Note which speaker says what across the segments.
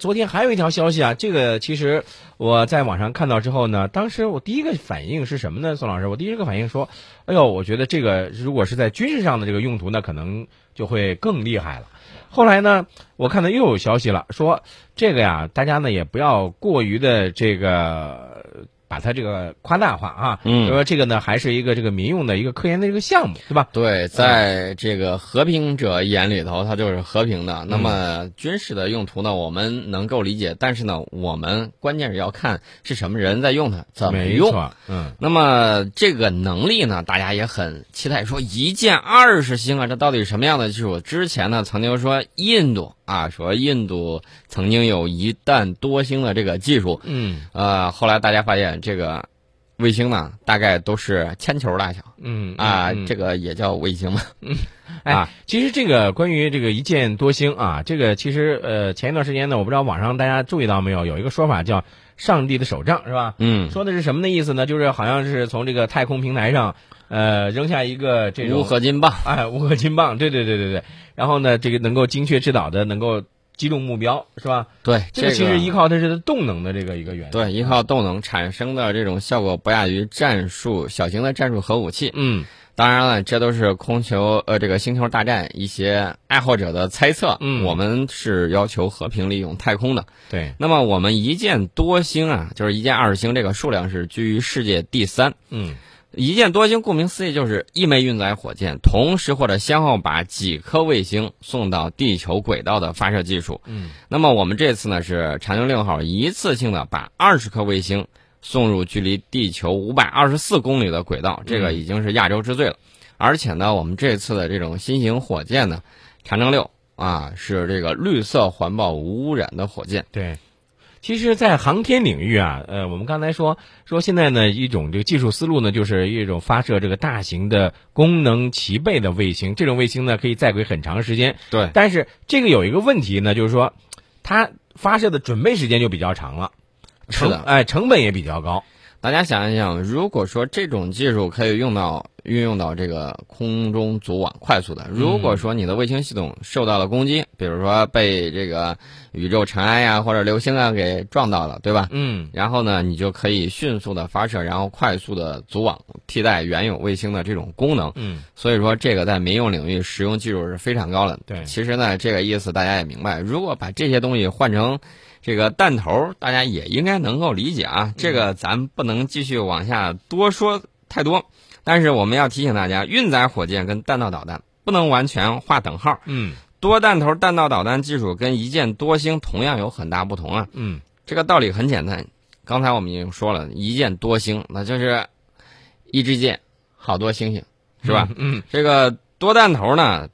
Speaker 1: 昨天还有一条消息啊，这个其实我在网上看到之后呢，当时我第一个反应是什么呢？宋老师，我第一个反应说，哎呦，我觉得这个如果是在军事上的这个用途，那可能就会更厉害了。后来呢，我看到又有消息了，说这个呀，大家呢也不要过于的这个呃把它这个夸大化啊，
Speaker 2: 嗯
Speaker 1: 就说这个呢还是一个这个民用的一个科研的这个项目，对吧？
Speaker 2: 对，在这个和平者眼里头，它就是和平的。那
Speaker 1: 嗯
Speaker 2: 么军事的用途呢，我们能够理解，但是呢，我们关键是要看是什么人在用它，怎么
Speaker 1: 没
Speaker 2: 用。
Speaker 1: 错，嗯，
Speaker 2: 那么这个能力呢，大家也很期待，说一箭二十星啊，这到底是什么样的技术？之前呢，曾经说印度啊，说印度曾经有一弹多星的这个技术，
Speaker 1: 嗯
Speaker 2: 呃，后来大家发现这个卫星呢，大概都是铅球大小。
Speaker 1: 嗯
Speaker 2: 啊，
Speaker 1: 嗯
Speaker 2: 这个也叫卫星嘛。
Speaker 1: 哎
Speaker 2: 啊，
Speaker 1: 其实这个关于这个一箭多星啊，这个其实呃前一段时间呢，我不知道网上大家注意到没有，有一个说法叫“上帝的手杖”是吧？
Speaker 2: 嗯，
Speaker 1: 说的是什么的意思呢？就是好像是从这个太空平台上，呃，扔下一个这种
Speaker 2: 钨合金棒。
Speaker 1: 哎乌合金棒，对对对对对，然后呢，这个能够精确制导的，能够击中目标，是吧？
Speaker 2: 对，
Speaker 1: 这
Speaker 2: 个
Speaker 1: 个其实依靠它是动能的这个一个原理。
Speaker 2: 对依靠动能产生的这种效果不亚于战术小型的战术核武器。
Speaker 1: 嗯
Speaker 2: 当然了，这都是空球呃这个星球大战一些爱好者的猜测。
Speaker 1: 嗯
Speaker 2: 我们是要求和平利用太空的。
Speaker 1: 对，
Speaker 2: 那么我们一箭多星啊，就是一箭二十星，这个数量是居于世界第三。
Speaker 1: 嗯
Speaker 2: 一箭多星，顾名思义就是一枚运载火箭同时或者先后把几颗卫星送到地球轨道的发射技术。
Speaker 1: 嗯，
Speaker 2: 那么我们这次呢是长征六号一次性的把二十颗卫星送入距离地球五百二十四公里的轨道，
Speaker 1: 嗯
Speaker 2: 这个已经是亚洲之最了。而且呢，我们这次的这种新型火箭呢，长征六啊是这个绿色环保无污染的火箭。
Speaker 1: 对，其实，在航天领域啊，呃，我们刚才说说现在呢，一种这个技术思路呢，就是一种发射这个大型的功能齐备的卫星。这种卫星呢，可以在轨很长时间。
Speaker 2: 对，
Speaker 1: 但是这个有一个问题呢，就是说，它发射的准备时间就比较长了，
Speaker 2: 是
Speaker 1: 成
Speaker 2: 的
Speaker 1: 哎，成本也比较高。
Speaker 2: 大家想一想，如果说这种技术可以用到运用到这个空中组网，快速的。如果说你的卫星系统受到了攻击，比如说被这个宇宙尘埃呀、或者流星啊给撞到了，对吧？
Speaker 1: 嗯，
Speaker 2: 然后呢，你就可以迅速的发射，然后快速的组网，替代原有卫星的这种功能。
Speaker 1: 嗯，
Speaker 2: 所以说，这个在民用领域使用技术是非常高的。
Speaker 1: 对
Speaker 2: 其实呢，这个意思大家也明白。如果把这些东西换成这个弹头，大家也应该能够理解
Speaker 1: 嗯
Speaker 2: 啊。这个咱不能继续往下多说太多，但是我们要提醒大家，运载火箭跟弹道导弹不能完全划等号。
Speaker 1: 嗯，
Speaker 2: 多弹头弹道导弹技术跟一箭多星同样有很大不同啊。
Speaker 1: 嗯，
Speaker 2: 这个道理很简单，刚才我们已经说了，一箭多星，那就是一支箭，好多星星，是吧？
Speaker 1: 嗯，
Speaker 2: 这个多弹头呢，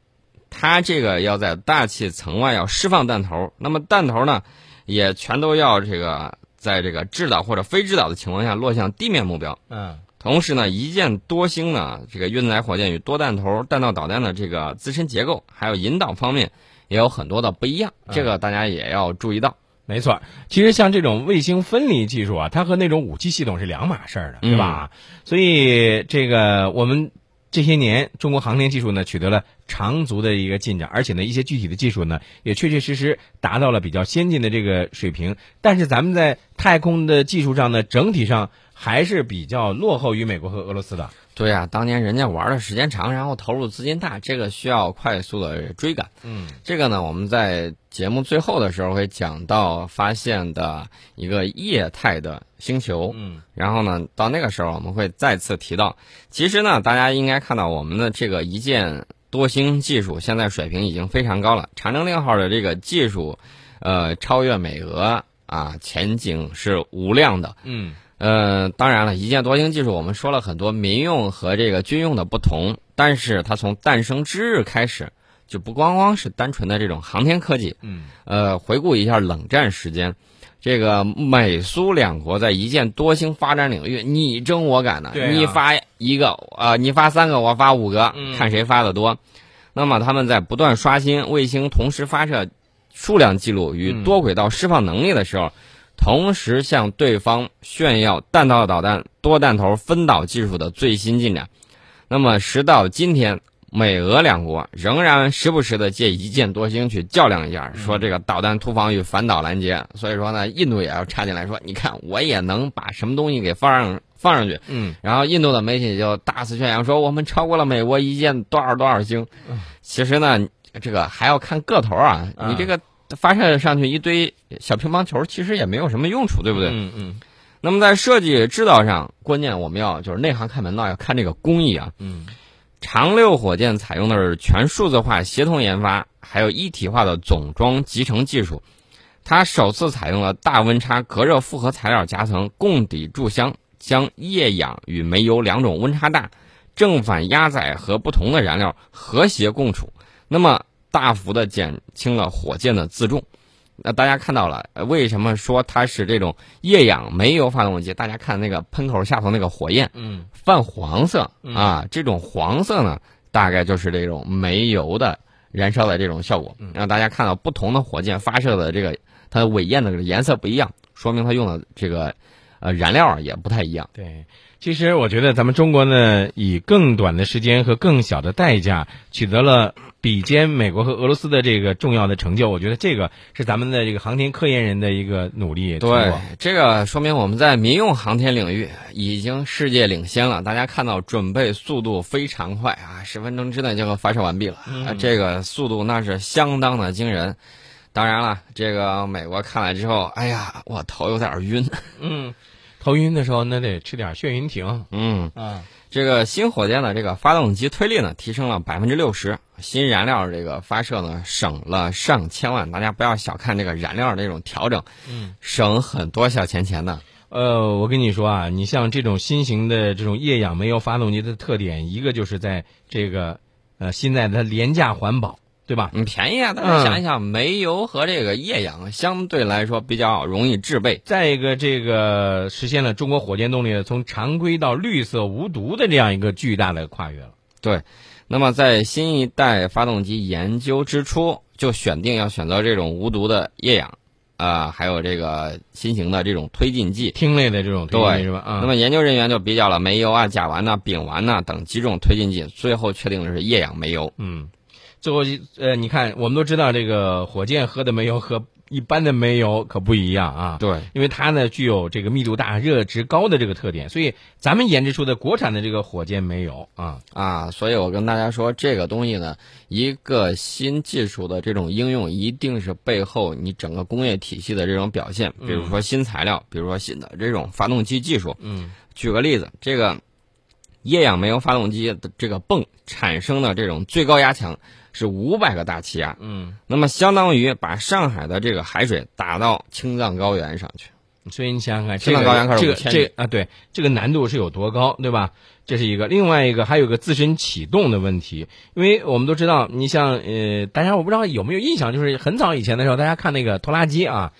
Speaker 2: 它这个要在大气层外要释放弹头，那么弹头呢，也全都要这个在这个制导或者非制导的情况下落向地面目标。
Speaker 1: 嗯，
Speaker 2: 同时呢，一箭多星呢，这个运载火箭与多弹头弹道导弹的这个自身结构还有引导方面也有很多的不一样，这个大家也要注意到。
Speaker 1: 没错儿，其实像这种卫星分离技术啊，它和那种武器系统是两码事儿的，对吧？
Speaker 2: 嗯
Speaker 1: 所以这个我们这些年中国航天技术呢取得了长足的一个进展，而且呢一些具体的技术呢也确确实实达到了比较先进的这个水平。但是咱们在太空的技术上呢，整体上还是比较落后于美国和俄罗斯的。
Speaker 2: 对呀、当年人家玩的时间长，然后投入资金大，这个需要快速的追赶。
Speaker 1: 嗯
Speaker 2: 这个呢，我们在节目最后的时候会讲到发现的一个液态的星球，
Speaker 1: 嗯
Speaker 2: 然后呢，到那个时候我们会再次提到。其实呢，大家应该看到我们的这个一箭多星技术现在水平已经非常高了，长征六号的这个技术，呃，超越美俄啊，前景是无量的。
Speaker 1: 嗯
Speaker 2: 呃，当然了，一箭多星技术我们说了很多民用和这个军用的不同，但是它从诞生之日开始，就不光光是单纯的这种航天科技。
Speaker 1: 嗯，
Speaker 2: 呃，回顾一下冷战时间，这个美苏两国在一箭多星发展领域你争我赶呢，
Speaker 1: 对啊
Speaker 2: 你发一个，呃，你发三个，我发五个，
Speaker 1: 嗯
Speaker 2: 看谁发的多。那么他们在不断刷新卫星同时发射数量记录与多轨道释放能力的时候，同时向对方炫耀弹道导弹多弹头分导技术的最新进展。那么，时到今天，美俄两国仍然时不时的借一箭多星去较量一下，说这个导弹突防与反导拦截。所以说呢，印度也要插进来说，你看我也能把什么东西给放上放上去。
Speaker 1: 嗯，
Speaker 2: 然后印度的媒体就大肆宣扬说，我们超过了美国一箭多少多少星。其实呢，这个还要看个头啊，
Speaker 1: 啊
Speaker 2: 你这个发射上去一堆小乒乓球，其实也没有什么用处，对不对？
Speaker 1: 嗯嗯
Speaker 2: 那么在设计制造上，关键我们要就是内行看门道，要看这个工艺啊。
Speaker 1: 嗯
Speaker 2: 长六火箭采用的是全数字化协同研发，还有一体化的总装集成技术。它首次采用了大温差隔热复合材料夹层供底注箱，将液氧与煤油两种温差大、正反压载和不同的燃料和谐共处，那么大幅的减轻了火箭的自重。那大家看到了，呃为什么说它是这种液氧煤油发动机？大家看那个喷口下头那个火焰，
Speaker 1: 嗯
Speaker 2: 泛黄色
Speaker 1: 嗯
Speaker 2: 啊，这种黄色呢，大概就是这种煤油的燃烧的这种效果，让大家看到不同的火箭发射的这个它的尾焰的这个颜色不一样，说明它用的这个呃燃料啊也不太一样。
Speaker 1: 对。其实我觉得咱们中国呢，以更短的时间和更小的代价，取得了比肩美国和俄罗斯的这个重要的成就。我觉得这个是咱们的这个航天科研人的一个努力成
Speaker 2: 对
Speaker 1: 果。，
Speaker 2: 这个说明我们在民用航天领域已经世界领先了。大家看到准备速度非常快啊，十分钟之内就发射完毕了，啊这个速度那是相当的惊人。当然了，这个美国看了之后，哎呀，我头有点晕。
Speaker 1: 嗯，头晕的时候那得吃点眩晕停
Speaker 2: 嗯，
Speaker 1: 啊。
Speaker 2: 这个新火箭的这个发动机推力呢提升了百分之六十，新燃料这个发射呢省了上千万。大家不要小看这个燃料的这种调整，
Speaker 1: 嗯，
Speaker 2: 省很多小钱钱的。
Speaker 1: 呃，我跟你说啊，你像这种新型的这种液氧煤油发动机的特点，一个就是在这个呃，现在它廉价环保，对吧？
Speaker 2: 嗯，便宜啊！但
Speaker 1: 嗯
Speaker 2: 是想一想，煤油和这个液氧相对来说比较容易制备。
Speaker 1: 再一个，这个实现了中国火箭动力的从常规到绿色无毒的这样一个巨大的跨越了。
Speaker 2: 那么在新一代发动机研究之初，就选定要选择这种无毒的液氧，啊、还有这个新型的这种推进剂。
Speaker 1: 听类的这种推进
Speaker 2: 对
Speaker 1: 是吧？啊，
Speaker 2: 那么研究人员就比较了煤油啊、甲烷呐、丙烷呐、等几种推进剂，最后确定的是液氧煤油。
Speaker 1: 嗯，最后一呃，你看，我们都知道这个火箭喝的煤油和一般的煤油可不一样啊。
Speaker 2: 对，
Speaker 1: 因为它呢具有这个密度大、热值高的这个特点，所以咱们研制出的国产的这个火箭没有啊。
Speaker 2: 啊，所以我跟大家说，这个东西呢，一个新技术的这种应用，一定是背后你整个工业体系的这种表现，比如说新材料，比如说新的这种发动机技术。
Speaker 1: 嗯，
Speaker 2: 举个例子，这个液氧煤油发动机的这个泵产生的这种最高压强是五百个大气压，
Speaker 1: 嗯，
Speaker 2: 那么相当于把上海的这个海水打到青藏高原上去。
Speaker 1: 所以你想想看，啊这
Speaker 2: 青
Speaker 1: 个
Speaker 2: 藏高原开始
Speaker 1: 这个
Speaker 2: 5000
Speaker 1: 这个啊，对，这个难度是有多高，对吧？这是一个，另外一个还有个自身启动的问题，因为我们都知道，你像呃，大家我不知道有没有印象，就是很早以前的时候，大家看那个拖拉机啊，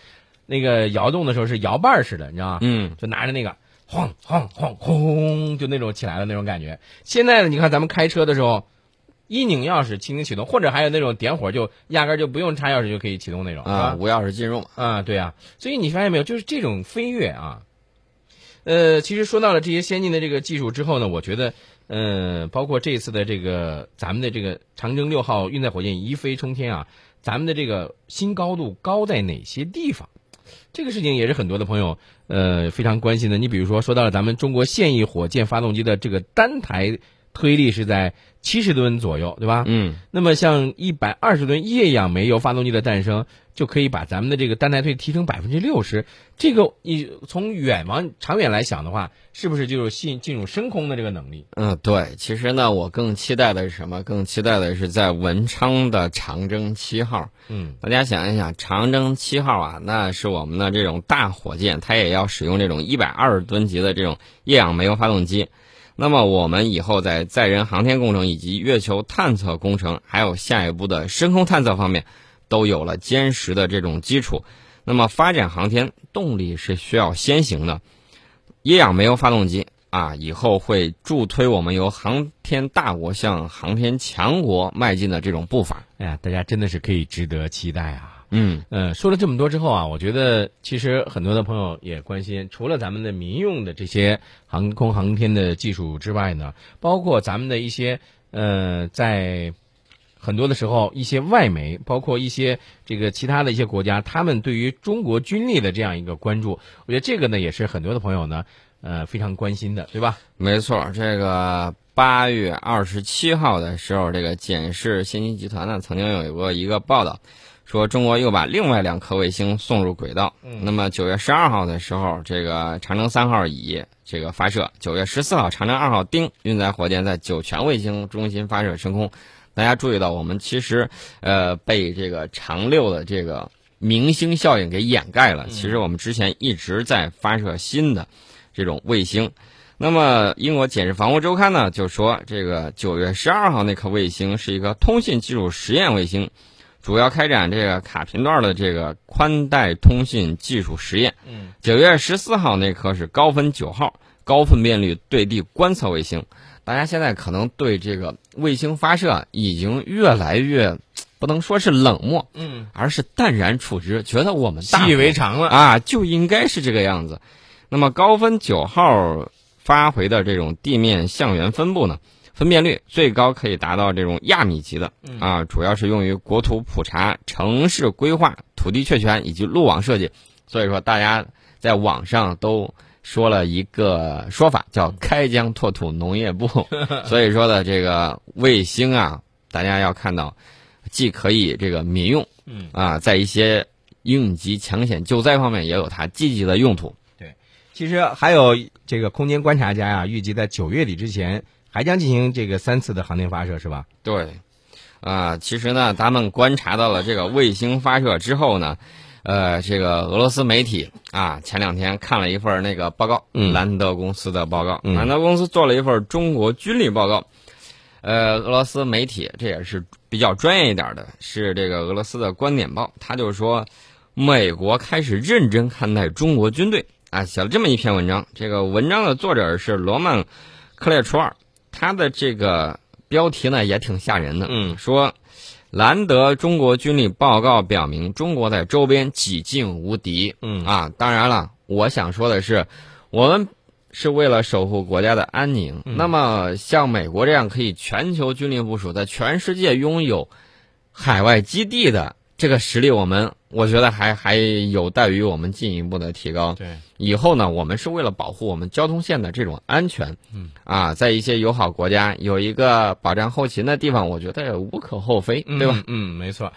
Speaker 1: 那个摇动的时候是摇把儿似的，你知道吗？
Speaker 2: 嗯，
Speaker 1: 就拿着那个晃晃晃轰，就那种起来的那种感觉。现在呢，你看咱们开车的时候，一拧钥匙轻轻启动，或者还有那种点火就压根儿就不用插钥匙就可以启动那种
Speaker 2: 啊，
Speaker 1: 啊
Speaker 2: 无钥匙进入嘛。
Speaker 1: 啊，对啊。所以你发现没有，就是这种飞跃啊。呃，其实说到了这些先进的这个技术之后呢，我觉得，呃，包括这一次的这个咱们的这个长征六号运载火箭一飞冲天啊，咱们的这个新高度高在哪些地方？这个事情也是很多的朋友呃非常关心的。你比如说，说到了咱们中国现役火箭发动机的这个单台推力是在七十吨左右，对吧？
Speaker 2: 嗯，
Speaker 1: 那么像一百二十吨液氧煤油发动机的诞生，就可以把咱们的这个单台推提升百分之六十。这个你从远往长远来想的话，是不是就有进进入深空的这个能力？
Speaker 2: 嗯，对，其实呢，我更期待的是什么？更期待的是在文昌的长征七号。
Speaker 1: 嗯
Speaker 2: 大家想一想，长征七号啊，那是我们的这种大火箭，它也要使用这种一百二十吨级的这种液氧煤油发动机。那么我们以后在载人航天工程以及月球探测工程，还有下一步的深空探测方面，都有了坚实的这种基础。那么发展航天动力是需要先行的，液氧煤油发动机啊，以后会助推我们由航天大国向航天强国迈进的这种步伐。
Speaker 1: 哎呀，大家真的是可以值得期待啊！
Speaker 2: 嗯，
Speaker 1: 嗯，说了这么多之后啊，我觉得其实很多的朋友也关心，除了咱们的民用的这些航空航天的技术之外呢，包括咱们的一些呃，在很多的时候，一些外媒，包括一些这个其他的一些国家，他们对于中国军力的这样一个关注，我觉得这个呢，也是很多的朋友呢，呃，非常关心的，对吧？
Speaker 2: 没错，这个八月二十七号的时候，这个简氏信息集团呢曾经有过一个报道，说中国又把另外两颗卫星送入轨道。那么九月十二号的时候，这个长征三号乙这个发射，九月十四号长征二号丁运载火箭在酒泉卫星中心发射升空。大家注意到，我们其实呃被这个长六的这个明星效应给掩盖了。其实我们之前一直在发射新的这种卫星。那么，英国《简氏防务周刊》呢就说，这个九月十二号那颗卫星是一个通信技术实验卫星，主要开展这个卡频段的这个宽带通信技术实验。
Speaker 1: 嗯，
Speaker 2: 九月十四号那颗是高分九号高分辨率对地观测卫星。大家现在可能对这个卫星发射已经越来越不能说是冷漠，
Speaker 1: 嗯，
Speaker 2: 而是淡然处之，觉得我们
Speaker 1: 习
Speaker 2: 大
Speaker 1: 以
Speaker 2: 国
Speaker 1: 为常了。
Speaker 2: 啊，就应该是这个样子。那么高分九号发回的这种地面向源分布呢，分辨率最高可以达到这种亚米级的
Speaker 1: 嗯
Speaker 2: 啊，主要是用于国土普查、城市规划、土地确权以及路网设计。所以说，大家在网上都说了一个说法，叫“开疆拓土农业部”。 所以说呢，这个卫星啊，大家要看到，既可以这个民用，
Speaker 1: 嗯
Speaker 2: 啊，在一些应急抢险救灾方面也有它积极的用途。
Speaker 1: 其实还有这个空间观察家呀、预计在九月底之前还将进行这个三次的航天发射，是吧？
Speaker 2: 对，啊、其实呢，他们观察到了这个卫星发射之后呢，呃，这个俄罗斯媒体啊，前两天看了一份那个报告，
Speaker 1: 嗯
Speaker 2: 兰德公司的报告，
Speaker 1: 嗯
Speaker 2: 兰德公司做了一份中国军力报告。呃，俄罗斯媒体这也是比较专业一点的，是这个俄罗斯的观点报，他就说，美国开始认真看待中国军队啊，写了这么一篇文章。这个文章的作者是罗曼·克列楚尔，他的这个标题呢也挺吓人的，
Speaker 1: 嗯
Speaker 2: 说兰德中国军力报告表明，中国在周边几近无敌。
Speaker 1: 嗯
Speaker 2: 啊，当然了，我想说的是，我们是为了守护国家的安宁。
Speaker 1: 嗯
Speaker 2: 那么，像美国这样可以全球军力部署，在全世界拥有海外基地的这个实力，我们我觉得还还有待于我们进一步的提高。
Speaker 1: 对，
Speaker 2: 以后呢，我们是为了保护我们交通线的这种安全，嗯，啊，在一些友好国家有一个保障后勤的地方，我觉得也无可厚非，对吧？
Speaker 1: 嗯？嗯，没错。